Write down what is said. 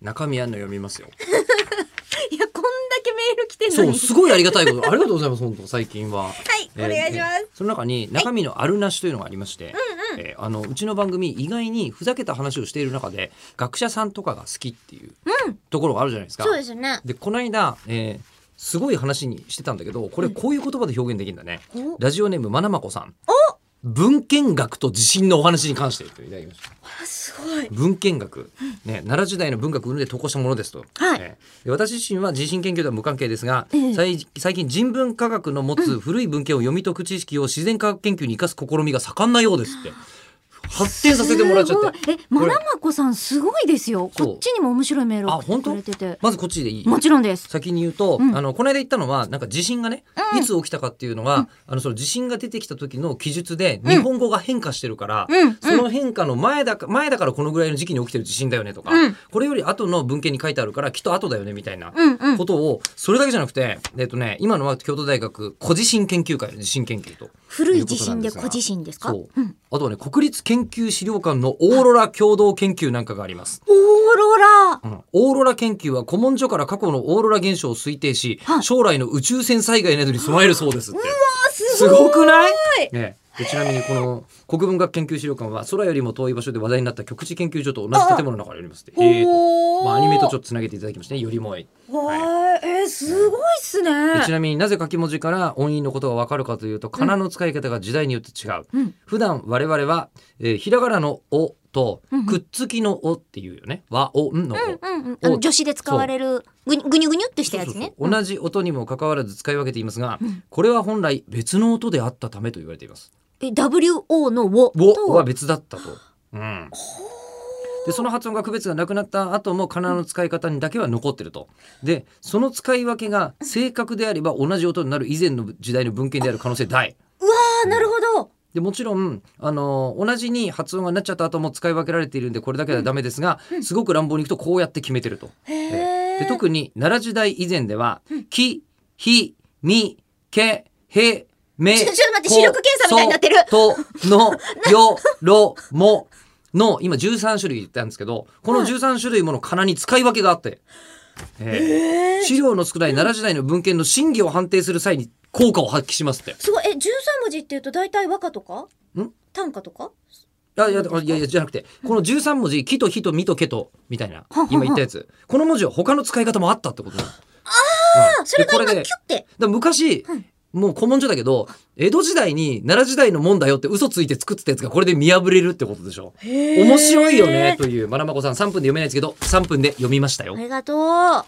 中身あんの読み ますよ。いや、こんだけメール来てるのそう、に。すごいありがたいこと。ありがとうございます、本当最近は。はい、 お願えーいしまえーその中に中身のあるなしというのがありまして、えーあのうちの番組意外にふざけた話をしている中で学者さんとかが好きっていうところがあるじゃないですか。す。そうですね。でこの間、えーすごい話にしてたんだけどこれこういう言葉で表現できるんだね。おラジオネームまなまこさん。文献学と地震のお話に関してといただきました。あ、すごい。文献学、ね、奈良時代の文学運動で投稿したものですと、はいえーで私自身は地震研究とは無関係ですが、ええ最最近人文科学の持つ古い文献を読み解く知識を自然科学研究に生かす試みが盛んなようですって発展させてもらっちゃってすごいえ、まなまこさんすごいですよ。そうこっちにも面白いメールを送ってくれてて。まずこっちでいいもちろんです。先に言うと、うんあのこの間言ったのはなんか地震がね、うんいつ起きたかっていうのは、あのその地震が出てきた時の記述で日本語が変化してるから、うんその変化の前だか前だからこのぐらいの時期に起きてる地震だよねとか、うんこれより後の文献に書いてあるからきっと後だよねみたいなうんうんこ。とをそれだけじゃなくて、えっとね、今のは京都大学古地震研究会の地震研究と古いと地うことな震んですが小地震ですか。そううんあとはね国立研究資料館のオーロラ共同研究なんかがあります。オーロラ。うんオーロラ研究は古文書から過去のオーロラ現象を推定し、はい将来の宇宙船災害などに備えるそうですって。あ、すすごい。ごくない、ねえでちなみにこの国文学研究資料館は空よりも遠い場所で話題になった局地研究所と同じ建物の中にありますって。へえおお。まあ、アニメとちょっっとつなげていただきましたね。よりもえ。と。はい。えー、すごいっすね。でちなみになぜ書き文字から音韻のことがわかるかというと仮名の使い方が時代によって違う、うん普段我々は、えーひらがなの「お」とうんうんくっつきの「お」っていうよね「和音」の「お」うんうんうん。あのお女子で使われるぐにぐにゅぐにゅっとしたやつそうねそう。そう同じ音にもかかわらず使い分けていますが、んこれは本来別の音であったためと言われています。え WO の W 「を」はと別だったと。うん、でその発音が区別がなくなった後も仮名の使い方にだけは残ってると。でその使い分けが正確であれば同じ音になる以前の時代の文献である可能性大。うわーなるほど。でもちろん、あの同じに発音がなっちゃった後も使い分けられているんでこれだけではダメですが、すごく乱暴にいくとこうやって決めてると。へでえ。特に奈良時代以前では「き」「ひ」「み」「け」「へ」「め」ちょちょっと待って視力検査みたいになってると」「の」「よ」「ろ」「も」の今13種類言ったんですけどこのはい13種類もの仮名に使い分けがあって、えーへー資料の少ない奈良時代の文献の真偽を判定する際に効果を発揮しますって。すごいえ十三文字っていうと大体和歌とかん短歌とかいやいやいやいやじゃなくてこの13文字「き」と「ひ」と「み」と「け」とみたいなはは今言ったやつこの文字は他の使い方もあったってことなのうんあそれがでこ今れキでュッだてから昔、もう古文書だけど江戸時代に奈良時代のもんだよって嘘ついて作ってたやつがこれで見破れるってことでしょ面面白いよねというまなまこさん3分で読めないですけど3分で読みましたよありがとう